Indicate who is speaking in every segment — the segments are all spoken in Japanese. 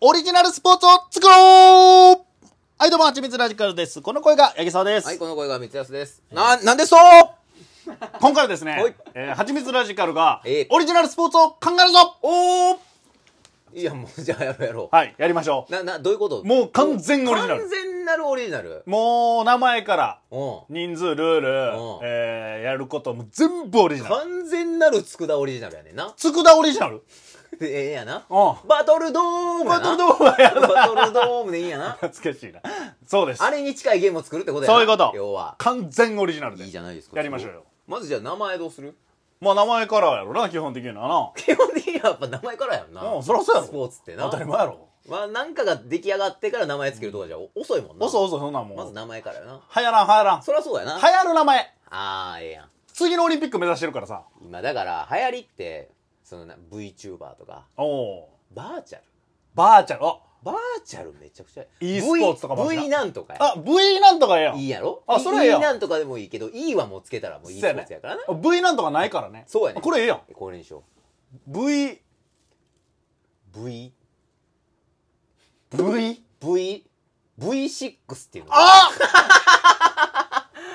Speaker 1: オリジナルスポーツを作ろうはい、どうも、はちみつラジカルです。この声が八木沢です。
Speaker 2: はい、この声が三つ安です。な、なんでそう
Speaker 1: 今回はです
Speaker 2: はい
Speaker 1: ね、えーはちみつラジカルが
Speaker 2: ええ、
Speaker 1: オリジナルスポーツを考えるぞ
Speaker 2: おおいや、もう、じゃあやろうやろう。
Speaker 1: はい、やりましょ
Speaker 2: な、な、どういうこと
Speaker 1: う。もう完全オリジナ
Speaker 2: 完
Speaker 1: ル。
Speaker 2: 全なるオリジナル。
Speaker 1: もう、名前から、
Speaker 2: う
Speaker 1: 人数、ルール、
Speaker 2: うん
Speaker 1: えーやることも全部オリジ
Speaker 2: ん。
Speaker 1: ナル。
Speaker 2: 完全なる佃オリジナルやねんな。
Speaker 1: つくだオリジナル
Speaker 2: でええやな。
Speaker 1: う
Speaker 2: バトルドームや
Speaker 1: バ
Speaker 2: な
Speaker 1: トルドームはやだ。
Speaker 2: バトルドームでいいんやな。
Speaker 1: 懐かしいな。そうです
Speaker 2: あ。れに近いゲームを作るってことやな。
Speaker 1: そういうこと
Speaker 2: 要は。
Speaker 1: 完全オリジナルで。
Speaker 2: いいじゃないですか。
Speaker 1: やりましょうよ。
Speaker 2: まずじゃあ名前どうする
Speaker 1: まあ、名前からやろな、基本的にはな。
Speaker 2: 基本的にはやっぱ名前からやんな。
Speaker 1: うんそらそうやろ
Speaker 2: スポーツってな。
Speaker 1: 当たり前やろ。
Speaker 2: まあ、なんかが出来上がってから名前つけるとかじゃお遅いもんな。
Speaker 1: 遅い遅い、そんなんもう。
Speaker 2: まず名前からやな。
Speaker 1: 流行らん、流行らん。
Speaker 2: そりゃそうやな。
Speaker 1: 流行る名前。
Speaker 2: ああ、ええやん。
Speaker 1: 次のオリンピック目指してるからさ。
Speaker 2: 今だから、流行りって、そのな、VTuber とか、
Speaker 1: おお
Speaker 2: バーチャル。
Speaker 1: ー。バーチャル。あ、
Speaker 2: バーチャルめちゃくちゃい
Speaker 1: e スポーツとかもある
Speaker 2: V,
Speaker 1: な
Speaker 2: v なんとかや。
Speaker 1: あ、V なんとかええやん。
Speaker 2: いいやろ
Speaker 1: あそれええやん
Speaker 2: E なんとかでもいいけど、E はもうつけたらもう e ス
Speaker 1: そ
Speaker 2: ポ
Speaker 1: うやね
Speaker 2: ーツやからな。
Speaker 1: あ V なんとかないからね。
Speaker 2: そうやね
Speaker 1: これええやん。
Speaker 2: これにしよ
Speaker 1: V、
Speaker 2: う。V、
Speaker 1: V?
Speaker 2: V、V6 っていうの。
Speaker 1: あ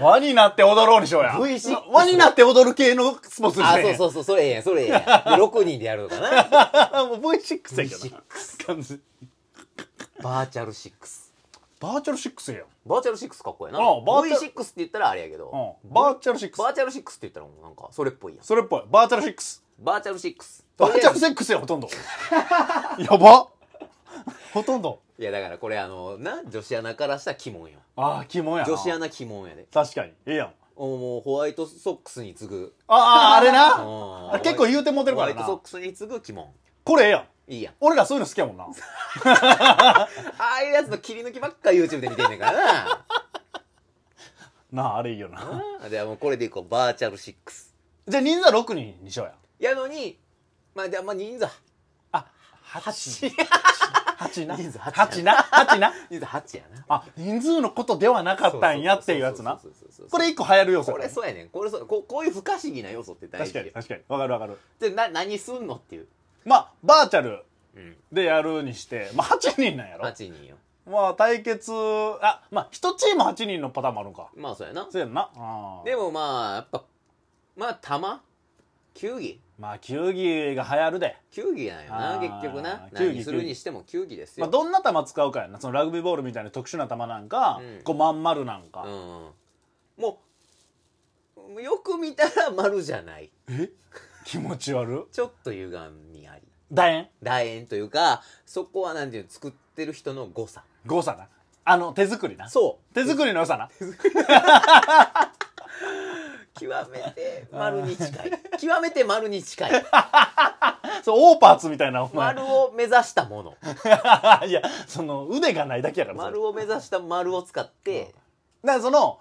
Speaker 1: 輪になって踊ろうにしようや。
Speaker 2: V6
Speaker 1: 輪になって踊る系のスポーツにし
Speaker 2: あ
Speaker 1: て。
Speaker 2: そうそうそう、それええやん、それええやん。で、6人で やるのかな。
Speaker 1: う。 もう V6 やけどな。完全
Speaker 2: バーチャル6。
Speaker 1: バーチャル6やん。
Speaker 2: バーチャル6かっこええな。
Speaker 1: ああバーチャル
Speaker 2: V6 って言ったらあれやけど、
Speaker 1: うん。バーチャル
Speaker 2: バ
Speaker 1: 6。
Speaker 2: ーチャル6って言ったらもうなんか、それっぽいやん。
Speaker 1: それっぽい。バーチャル6。
Speaker 2: バーチャル6。
Speaker 1: バーチャル6や、ほ とんど。やば。ほとんど。
Speaker 2: いやだからこれあのな女子アナからしたら鬼門よ
Speaker 1: ああ、鬼門やな。
Speaker 2: 女子アナ鬼門やで
Speaker 1: 確かに。ええやん。
Speaker 2: おもうホワイトソックスに次ぐ
Speaker 1: あ あ、あれ
Speaker 2: うん
Speaker 1: な。あ結構言うてもうてる
Speaker 2: ホ
Speaker 1: から
Speaker 2: ワイトソッ
Speaker 1: な。
Speaker 2: クスに次ぐ鬼門
Speaker 1: これええやん。
Speaker 2: いいやん
Speaker 1: 俺らそういうの好きやもんな。
Speaker 2: ああいうやつの切り抜きばっか YouTube で見てんねんからな
Speaker 1: なあ、あれいいよ な。
Speaker 2: あではもうこれでいこうバーチャル6
Speaker 1: じゃあ人数は6人にしようや。
Speaker 2: やのにまあじゃあまあ人数は
Speaker 1: あ、8。8な。
Speaker 2: 人数八
Speaker 1: 8な。8な。
Speaker 2: 人数8やな
Speaker 1: あ、人数のことではなかったんやっていうやつな
Speaker 2: そ。うそうそうそうそうそう
Speaker 1: これ一個流行る要素
Speaker 2: こ
Speaker 1: や
Speaker 2: れ
Speaker 1: ね。
Speaker 2: そうやねんこれそうここういう不可思議な要素って大
Speaker 1: 確
Speaker 2: 事
Speaker 1: かに、確かに。わかるわかる。
Speaker 2: でな何すんのっていう、
Speaker 1: まあ、バーチャル
Speaker 2: うん、
Speaker 1: でやるにして、まあ8人なんやろ
Speaker 2: 8。人よ
Speaker 1: まあ対決、あ、まあ1チーム8人のパターンもあるんか。
Speaker 2: まあそうやな
Speaker 1: そうやんな。あー
Speaker 2: でもまあやっぱまあ玉球技
Speaker 1: まあ球技が流行るで。
Speaker 2: 球技なんよな
Speaker 1: あー
Speaker 2: 結局な
Speaker 1: 球技
Speaker 2: 何するにしても球技です
Speaker 1: ま
Speaker 2: よ、
Speaker 1: あ、どんな球使うかやなそのラグビーボールみたいな特殊な球なんか、
Speaker 2: うん
Speaker 1: こうまん丸なんか、
Speaker 2: うんもうよく見たら丸じゃない
Speaker 1: 気持ち悪
Speaker 2: ちょっと歪みあり
Speaker 1: 楕円
Speaker 2: 楕円というかそこはなんていうの作ってる人の誤差
Speaker 1: 誤差なあの手作りな
Speaker 2: そ
Speaker 1: 手作りの良さな
Speaker 2: う極めて丸 に近い極めて丸に近い
Speaker 1: そうオーパーツみたいなお前
Speaker 2: 丸を目指したもの
Speaker 1: いやその腕がないだけやからそれ
Speaker 2: 丸を目指した丸を使って、
Speaker 1: だからその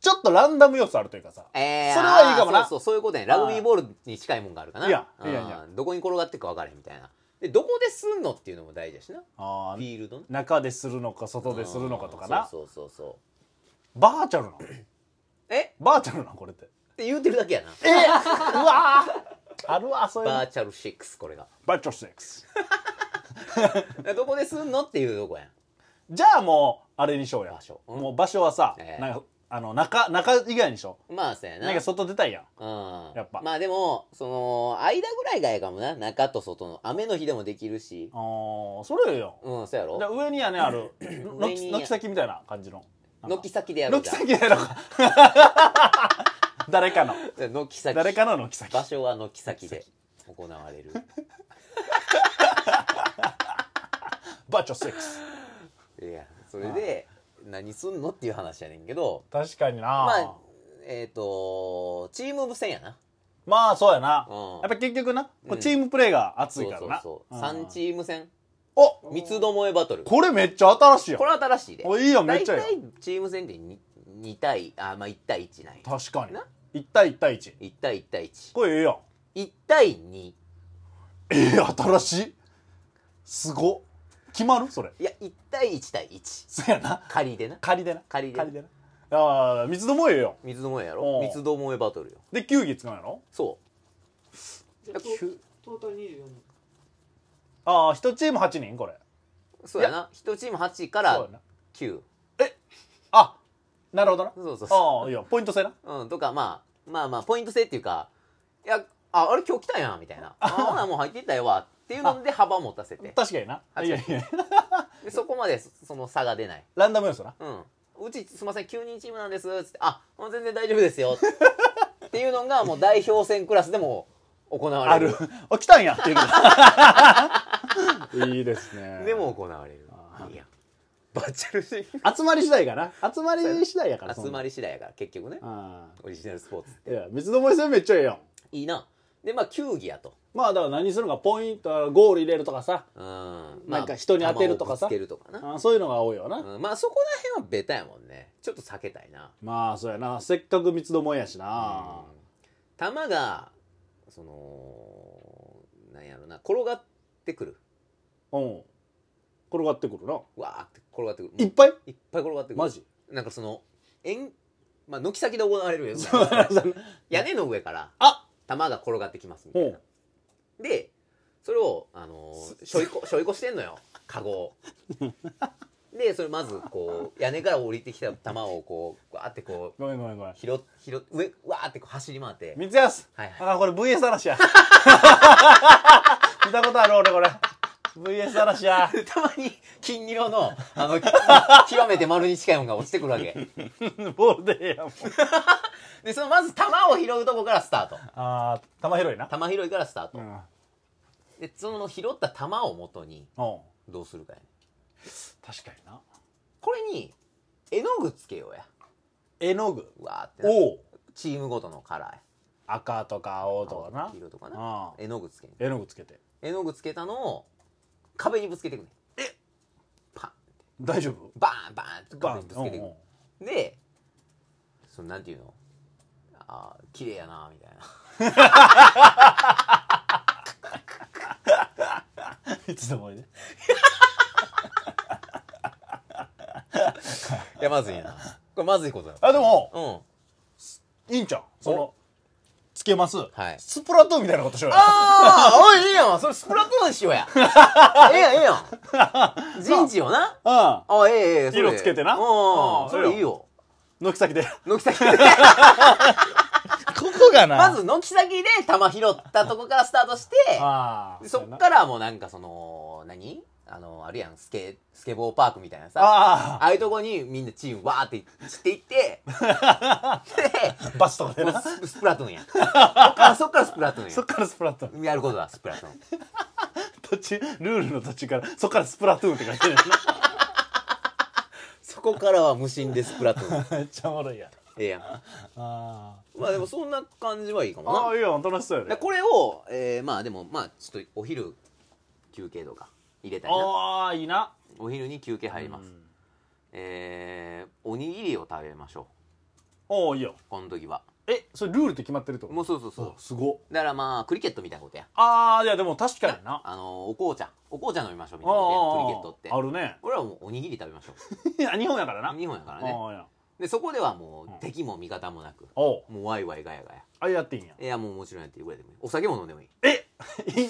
Speaker 1: ちょっとランダム要素あるというかさ、
Speaker 2: えー
Speaker 1: それはいいかもな
Speaker 2: あーそうそうそういうことねラグビーボールに近いもんがあるかない
Speaker 1: や
Speaker 2: うん
Speaker 1: いやいや
Speaker 2: どこに転がっていくか分からへんみたいなでどこですんのっていうのも大事だしな
Speaker 1: あ
Speaker 2: フ
Speaker 1: ー
Speaker 2: ィールドね
Speaker 1: 中でするのか外でするのかとかな
Speaker 2: うんそうそうそうそ
Speaker 1: バーチャルなの
Speaker 2: うえ
Speaker 1: バーチャルなのこれって
Speaker 2: って言うてるだけやな
Speaker 1: え うわーあるわそういうの
Speaker 2: バーチャル6これが
Speaker 1: バーチャル6
Speaker 2: どこですんのっていうとこやん
Speaker 1: じゃあもうあれにしようや
Speaker 2: 場所うん
Speaker 1: もう場所はさ、
Speaker 2: ええ
Speaker 1: なんかあの中中以外にしよ
Speaker 2: まあそうや
Speaker 1: う
Speaker 2: な
Speaker 1: なんか外出たいやん
Speaker 2: うん、
Speaker 1: やっぱ
Speaker 2: まあでもその間ぐらいがええかもな中と外の雨の日でもできるし
Speaker 1: あーそれよ
Speaker 2: うんそうや
Speaker 1: じゃあ
Speaker 2: ろ
Speaker 1: 上にはねあ る
Speaker 2: 上に
Speaker 1: 軒先みたいな感じのなんか
Speaker 2: 軒先でやろう
Speaker 1: 軒
Speaker 2: じゃん
Speaker 1: 先やろうか誰か の
Speaker 2: じゃあ軒先
Speaker 1: 誰かの軒先
Speaker 2: 場所は軒先で行われる
Speaker 1: バーチャル6
Speaker 2: いやそれで何すんのっていう話やねんけど
Speaker 1: 確かにな
Speaker 2: ま
Speaker 1: まあ
Speaker 2: あ、えっ、とチーム無線やな
Speaker 1: そうやな、
Speaker 2: うん
Speaker 1: やっぱ結局なこう
Speaker 2: うん
Speaker 1: チームプレーが熱い
Speaker 2: そ
Speaker 1: か
Speaker 2: う
Speaker 1: ら
Speaker 2: そう
Speaker 1: な
Speaker 2: そう
Speaker 1: うん
Speaker 2: 3チーム戦
Speaker 1: お
Speaker 2: 三つどもえバトルこ
Speaker 1: これめっちゃ新しいやん
Speaker 2: れ新しいで
Speaker 1: おいいやんめっちゃいいや
Speaker 2: 大体チーム戦で 2, 2対あまあ1対1ない
Speaker 1: 確かに
Speaker 2: な
Speaker 1: 1対1対1
Speaker 2: 1対1対11
Speaker 1: これええやん
Speaker 2: 対2
Speaker 1: ええ新しいすごっ決まるそれ
Speaker 2: いや1対1対1
Speaker 1: そやな
Speaker 2: 仮でな
Speaker 1: 仮でな
Speaker 2: 仮で
Speaker 1: 仮でなああ三つどもええよ
Speaker 2: 三つどもえや
Speaker 1: お
Speaker 2: ろ
Speaker 1: う
Speaker 2: 三つどもえバトルよ
Speaker 1: で球技使うんやろ
Speaker 2: そう
Speaker 3: じゃあトートータル24人
Speaker 1: ああ1チーム8人これ
Speaker 2: そうやな1チーム8か
Speaker 1: そう
Speaker 2: ら
Speaker 1: やな
Speaker 2: 9
Speaker 1: あなるほどな
Speaker 2: そうそうそ
Speaker 1: ああいいよポイント制な
Speaker 2: う、うん、とかまあまあまあポイント制っていうかいやああれ今日来たやんみたいなあほなもう入ってったよわっていうので幅持たせて
Speaker 1: 確かにな
Speaker 2: あ
Speaker 1: いやいや
Speaker 2: でそこまでそその差が出ない
Speaker 1: ランダム要素な
Speaker 2: うん、うちすみません9人チームなんですつってあもう全然大丈夫ですよっていうのがもう代表戦クラスでも行わ
Speaker 1: あ
Speaker 2: れ
Speaker 1: る
Speaker 2: る
Speaker 1: あ来たんやっていうの いいですね
Speaker 2: でも行われる
Speaker 1: あー
Speaker 2: いやバッチャルシ
Speaker 1: 集まり次第かな集まり次第やから
Speaker 2: 集まり次第やから結局ね
Speaker 1: あ
Speaker 2: オリジナルスポーツ
Speaker 1: いや三つどもえ戦めっちゃええやん
Speaker 2: いいなでまあ球技やと
Speaker 1: まあだから何するのかポイントゴール入れるとかさ
Speaker 2: うんまあ
Speaker 1: なんか人に当てるとかさ
Speaker 2: 球をぶつけるとかな、
Speaker 1: あそういうのが多いよな、
Speaker 2: うん、まあそこら辺はベタやもんねちょっと避けたいな
Speaker 1: まあそうやなせっかく三つどもえやしな、
Speaker 2: うん球がそのなんやろな転がってくる
Speaker 1: うん転がってくるな
Speaker 2: わーって転がってくる
Speaker 1: いっぱい
Speaker 2: いっぱい転がってくる
Speaker 1: マジ
Speaker 2: なんかその円、まあ、軒先で行わ れるやつ屋根の上から
Speaker 1: あ
Speaker 2: 玉が転がってきますみた
Speaker 1: ほ
Speaker 2: いな
Speaker 1: う
Speaker 2: でそれをあのーしょいこしょいこしてんのよカ ゴをでそれまずこう屋根から降りてきた玉をこうわーってこう
Speaker 1: ごめんごめんごめん
Speaker 2: 拾っ拾っ上わーってこう走り回って
Speaker 1: 三つ安
Speaker 2: はいはい
Speaker 1: あこれ VS 嵐 や見たことある俺これ VS 嵐や
Speaker 2: たまに金色のあ のき極めて丸に近いものが落ちてくるわけ
Speaker 1: ボールでええやんもう
Speaker 2: でそのまず玉を拾うとこからスタート
Speaker 1: あー球拾いな
Speaker 2: 玉拾いからスタート
Speaker 1: うん
Speaker 2: でその拾った玉を元に
Speaker 1: おう
Speaker 2: どうするかやね
Speaker 1: 確かにな
Speaker 2: これに絵の具つけようや
Speaker 1: 絵の具
Speaker 2: うわーってな
Speaker 1: おう
Speaker 2: チームごとのカラーや
Speaker 1: 赤とか青とかな
Speaker 2: 青黄色とかな
Speaker 1: ああ
Speaker 2: 絵の具つけん
Speaker 1: 絵の具つけて
Speaker 2: 絵の具つけたのを壁にぶつけてくねえパン
Speaker 1: 大丈夫
Speaker 2: バーンバーンって
Speaker 1: バ
Speaker 2: 壁
Speaker 1: ンっ
Speaker 2: に
Speaker 1: て
Speaker 2: ぶ
Speaker 1: う
Speaker 2: つ
Speaker 1: ん
Speaker 2: け
Speaker 1: う
Speaker 2: てく
Speaker 1: ん
Speaker 2: でそのなんていうのああ綺麗やなみたいな
Speaker 1: いつでもいいね
Speaker 2: いやまずいなこれまずいことだ
Speaker 1: あでも
Speaker 2: うん
Speaker 1: いいんちゃうそのつけます
Speaker 2: はい
Speaker 1: スプラトゥーンみたいなことしようよ
Speaker 2: ああおいいいやんそれスプラトゥーンしよう やええやんええやん人事よな
Speaker 1: うん
Speaker 2: ああええええそれ
Speaker 1: 色つけてな
Speaker 2: う
Speaker 1: うん
Speaker 2: んそれいいよ
Speaker 1: 軒先でこ
Speaker 2: 軒先
Speaker 1: こがな
Speaker 2: まず軒先で玉拾ったとこからスタート して
Speaker 1: ああ
Speaker 2: そっからもうなんかその何あのあるやんスケスケボーパークみたいなさあ
Speaker 1: あ
Speaker 2: あいうとこにみんなチームわーって散っていって
Speaker 1: あバスとかで
Speaker 2: でも
Speaker 1: な
Speaker 2: うススプラトゥーンやんそっからそっからスプラトゥー
Speaker 1: そっ
Speaker 2: ン
Speaker 1: からスプラトゥーン
Speaker 2: ややることだスプラトゥーン
Speaker 1: 途中ルールの途中からそっからスプラトゥーンって書い てる
Speaker 2: そこからは無心でスプラト ゥーン
Speaker 1: めっちゃおもろいやん
Speaker 2: ええやん
Speaker 1: あ
Speaker 2: まあでもそんな感じはいいか
Speaker 1: あ
Speaker 2: もな
Speaker 1: ああいいよ楽しそうや
Speaker 2: で
Speaker 1: ね
Speaker 2: これを、えー、まあでもまあちょっとお昼休憩とか入れたいな
Speaker 1: ああいいな
Speaker 2: お昼に休憩入りま
Speaker 1: う
Speaker 2: す、
Speaker 1: ん
Speaker 2: えー、おにぎりを食べましょ
Speaker 1: おおいいよ
Speaker 2: うこの時は
Speaker 1: えそれルールって決まってるってこと
Speaker 2: もうそうそうそう
Speaker 1: すごっ
Speaker 2: だからまあクリケットみたいなことや
Speaker 1: ああいやでも確かにな
Speaker 2: あのお紅茶お紅茶飲みましょうみ
Speaker 1: あ
Speaker 2: たいなことや
Speaker 1: あ
Speaker 2: クリケットって
Speaker 1: ある ね
Speaker 2: 俺らはもうおにぎり食べましょ
Speaker 1: いや日本やからな
Speaker 2: う日本やから
Speaker 1: あ
Speaker 2: ね
Speaker 1: あいや
Speaker 2: でそこではも
Speaker 1: うん
Speaker 2: う敵も味方もなく
Speaker 1: おう
Speaker 2: もうワイワイガヤガヤ
Speaker 1: あやっていいんや
Speaker 2: いやもうもちろんやっていいぐらいでもいいお酒も飲んでもいい
Speaker 1: え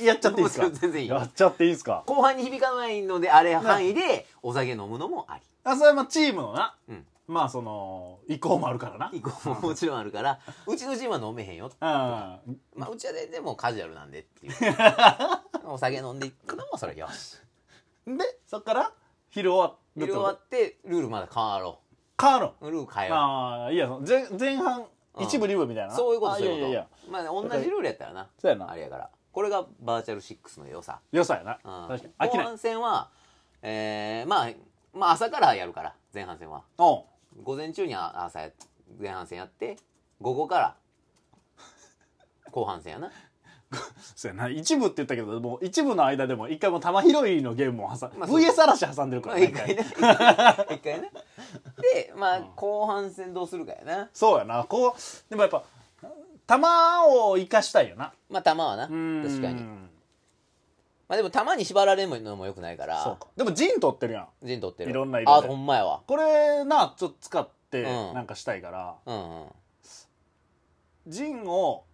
Speaker 1: やっちゃっていいですか
Speaker 2: もちろん全然いい
Speaker 1: やっちゃっていいですか
Speaker 2: 後半に響かないのであれ範囲でお酒飲むのもあり
Speaker 1: あそれはまあチームのな、
Speaker 2: うん
Speaker 1: まあその意向もあるからな
Speaker 2: 以降ももちろんあるからうちのチームは飲めへんよ
Speaker 1: うん
Speaker 2: まあうちは全然もうカジュアルなんで っていうお酒飲んでいくのもそれよし
Speaker 1: でそっから昼終わる
Speaker 2: 昼終わってルールまだ変わろ
Speaker 1: 変わる
Speaker 2: うルール変えよ
Speaker 1: ああいやその前前半
Speaker 2: うん
Speaker 1: 一部二部みたいな
Speaker 2: うそういうこと
Speaker 1: あ
Speaker 2: そ
Speaker 1: いうや
Speaker 2: いう
Speaker 1: い
Speaker 2: こ
Speaker 1: や
Speaker 2: と
Speaker 1: いや
Speaker 2: まあね同じルールやったらな
Speaker 1: そうやな
Speaker 2: あれやからこれがバーチャル6の良さ、
Speaker 1: 良さやな
Speaker 2: うん、
Speaker 1: 確かに飽き
Speaker 2: 後
Speaker 1: ない
Speaker 2: 半戦はえー、まあまあ朝からやるから前半戦は
Speaker 1: おう
Speaker 2: 午前中にあ朝や前半戦やって午後から後半戦やな
Speaker 1: そうやな一部って言ったけどもう一部の間でも一回も玉拾いのゲームも挟ん、
Speaker 2: まあそう
Speaker 1: VS 嵐挟んでるか
Speaker 2: ま
Speaker 1: ら
Speaker 2: あ
Speaker 1: ね
Speaker 2: 一回ね 一回ねでまあ後半戦どうするかやな
Speaker 1: そうやなこうでもやっぱ玉を生かしたいよな
Speaker 2: まあ球はな
Speaker 1: うん
Speaker 2: 確かにまあでも球に縛られるのもよくないから
Speaker 1: そうかでも陣取ってるやん
Speaker 2: 陣取ってる
Speaker 1: いろんな色
Speaker 2: あ
Speaker 1: で
Speaker 2: ほんまやわ
Speaker 1: これなちょっと使って
Speaker 2: うん
Speaker 1: なんかしたいから、
Speaker 2: うんうん
Speaker 1: 陣を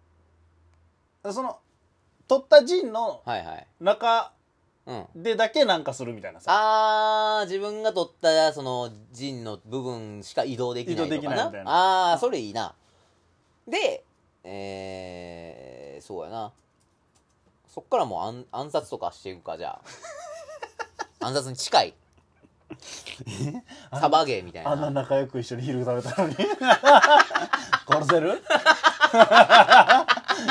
Speaker 1: その取った陣の
Speaker 2: はいはい
Speaker 1: 中
Speaker 2: うん
Speaker 1: でだけ南下するみたいなさ
Speaker 2: あー自分が取ったその陣の部分しか移動できないのかな
Speaker 1: 移動できないみたい
Speaker 2: あーそれいいなでえー、そうやなそっからもう暗暗殺とかしていくかじゃ あ暗殺に近いサバゲーみたい
Speaker 1: あんな
Speaker 2: な
Speaker 1: 仲良く一緒に昼食べたの に殺せる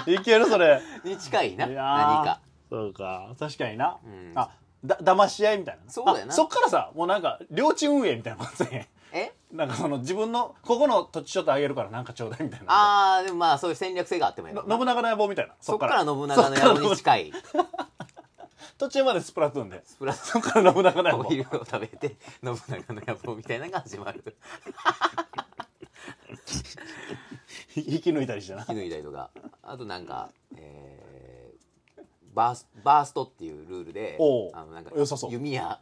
Speaker 1: いけるそれ
Speaker 2: に近いない何
Speaker 1: やー
Speaker 2: か
Speaker 1: そうか確かにな、
Speaker 2: うん
Speaker 1: あだ騙し合いみたいな
Speaker 2: そうやな
Speaker 1: あそっからさもうなんか両チーム運営みたいなもんです ね
Speaker 2: え
Speaker 1: なんかその自分のここの土地ちょっとあげるからなんかちょうだいみたいな
Speaker 2: あーでもまあそういう戦略性があってもいいの
Speaker 1: の
Speaker 2: かな
Speaker 1: 信長の野望みたいな
Speaker 2: そっから信長
Speaker 1: そっ
Speaker 2: の
Speaker 1: から
Speaker 2: 野望に近い
Speaker 1: 途中までスプラトゥーンで
Speaker 2: プラス
Speaker 1: そっから信長の野
Speaker 2: お
Speaker 1: 望
Speaker 2: 昼を食べて信長の野望みたいなのが始まる
Speaker 1: ひ引き抜いたりして な
Speaker 2: 引き抜いたりとかあとなんか、えーバースバーストっていうルールで
Speaker 1: おう
Speaker 2: あのなんか
Speaker 1: 良さそう
Speaker 2: 弓矢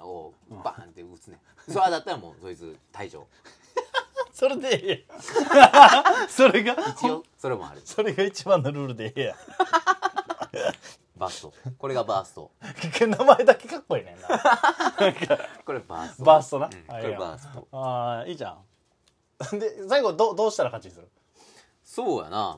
Speaker 2: をバーンって打つね、それだったらもうそいつ退場
Speaker 1: それで それが
Speaker 2: 一応それもある
Speaker 1: それが一番のルールでええや
Speaker 2: バーストこれがバースト
Speaker 1: ん名前だけかっこいいねんななんか
Speaker 2: これバースト
Speaker 1: バーストな、
Speaker 2: うん
Speaker 1: あ
Speaker 2: これバースト
Speaker 1: あーいいじゃんで最後どうどうしたら勝ちにする
Speaker 2: そうやな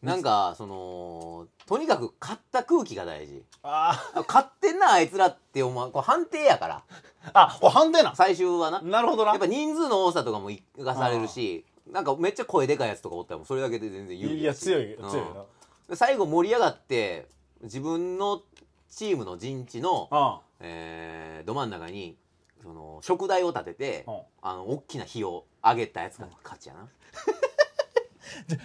Speaker 2: なんかそのとにかく買った空気が大事
Speaker 1: あ
Speaker 2: あ買ってんなあいつらって思うこれ判定やから
Speaker 1: ーあこれ判定なん
Speaker 2: 最終はな
Speaker 1: なるほどな
Speaker 2: やっぱ人数の多さとかも生かされるしなんかめっちゃ声でかいやつとかおったらもうそれだけで全然有利
Speaker 1: いや
Speaker 2: し
Speaker 1: 強いよ
Speaker 2: う
Speaker 1: 強
Speaker 2: ん
Speaker 1: いよ
Speaker 2: で最後盛り上がって自分のチームの陣地の、
Speaker 1: な
Speaker 2: えーど真ん中にその食材を立てて、
Speaker 1: うん
Speaker 2: あの大きな火を上げたやつが勝ちやな、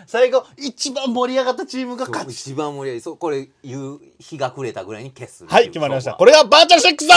Speaker 1: 最後一番盛り上がったチームが
Speaker 2: そう
Speaker 1: 勝ち
Speaker 2: 一番盛り上がりそうこれ夕日が暮れたぐらいに消す
Speaker 1: はい決まりました
Speaker 2: 勝負は
Speaker 1: これがバーチャルシックスだ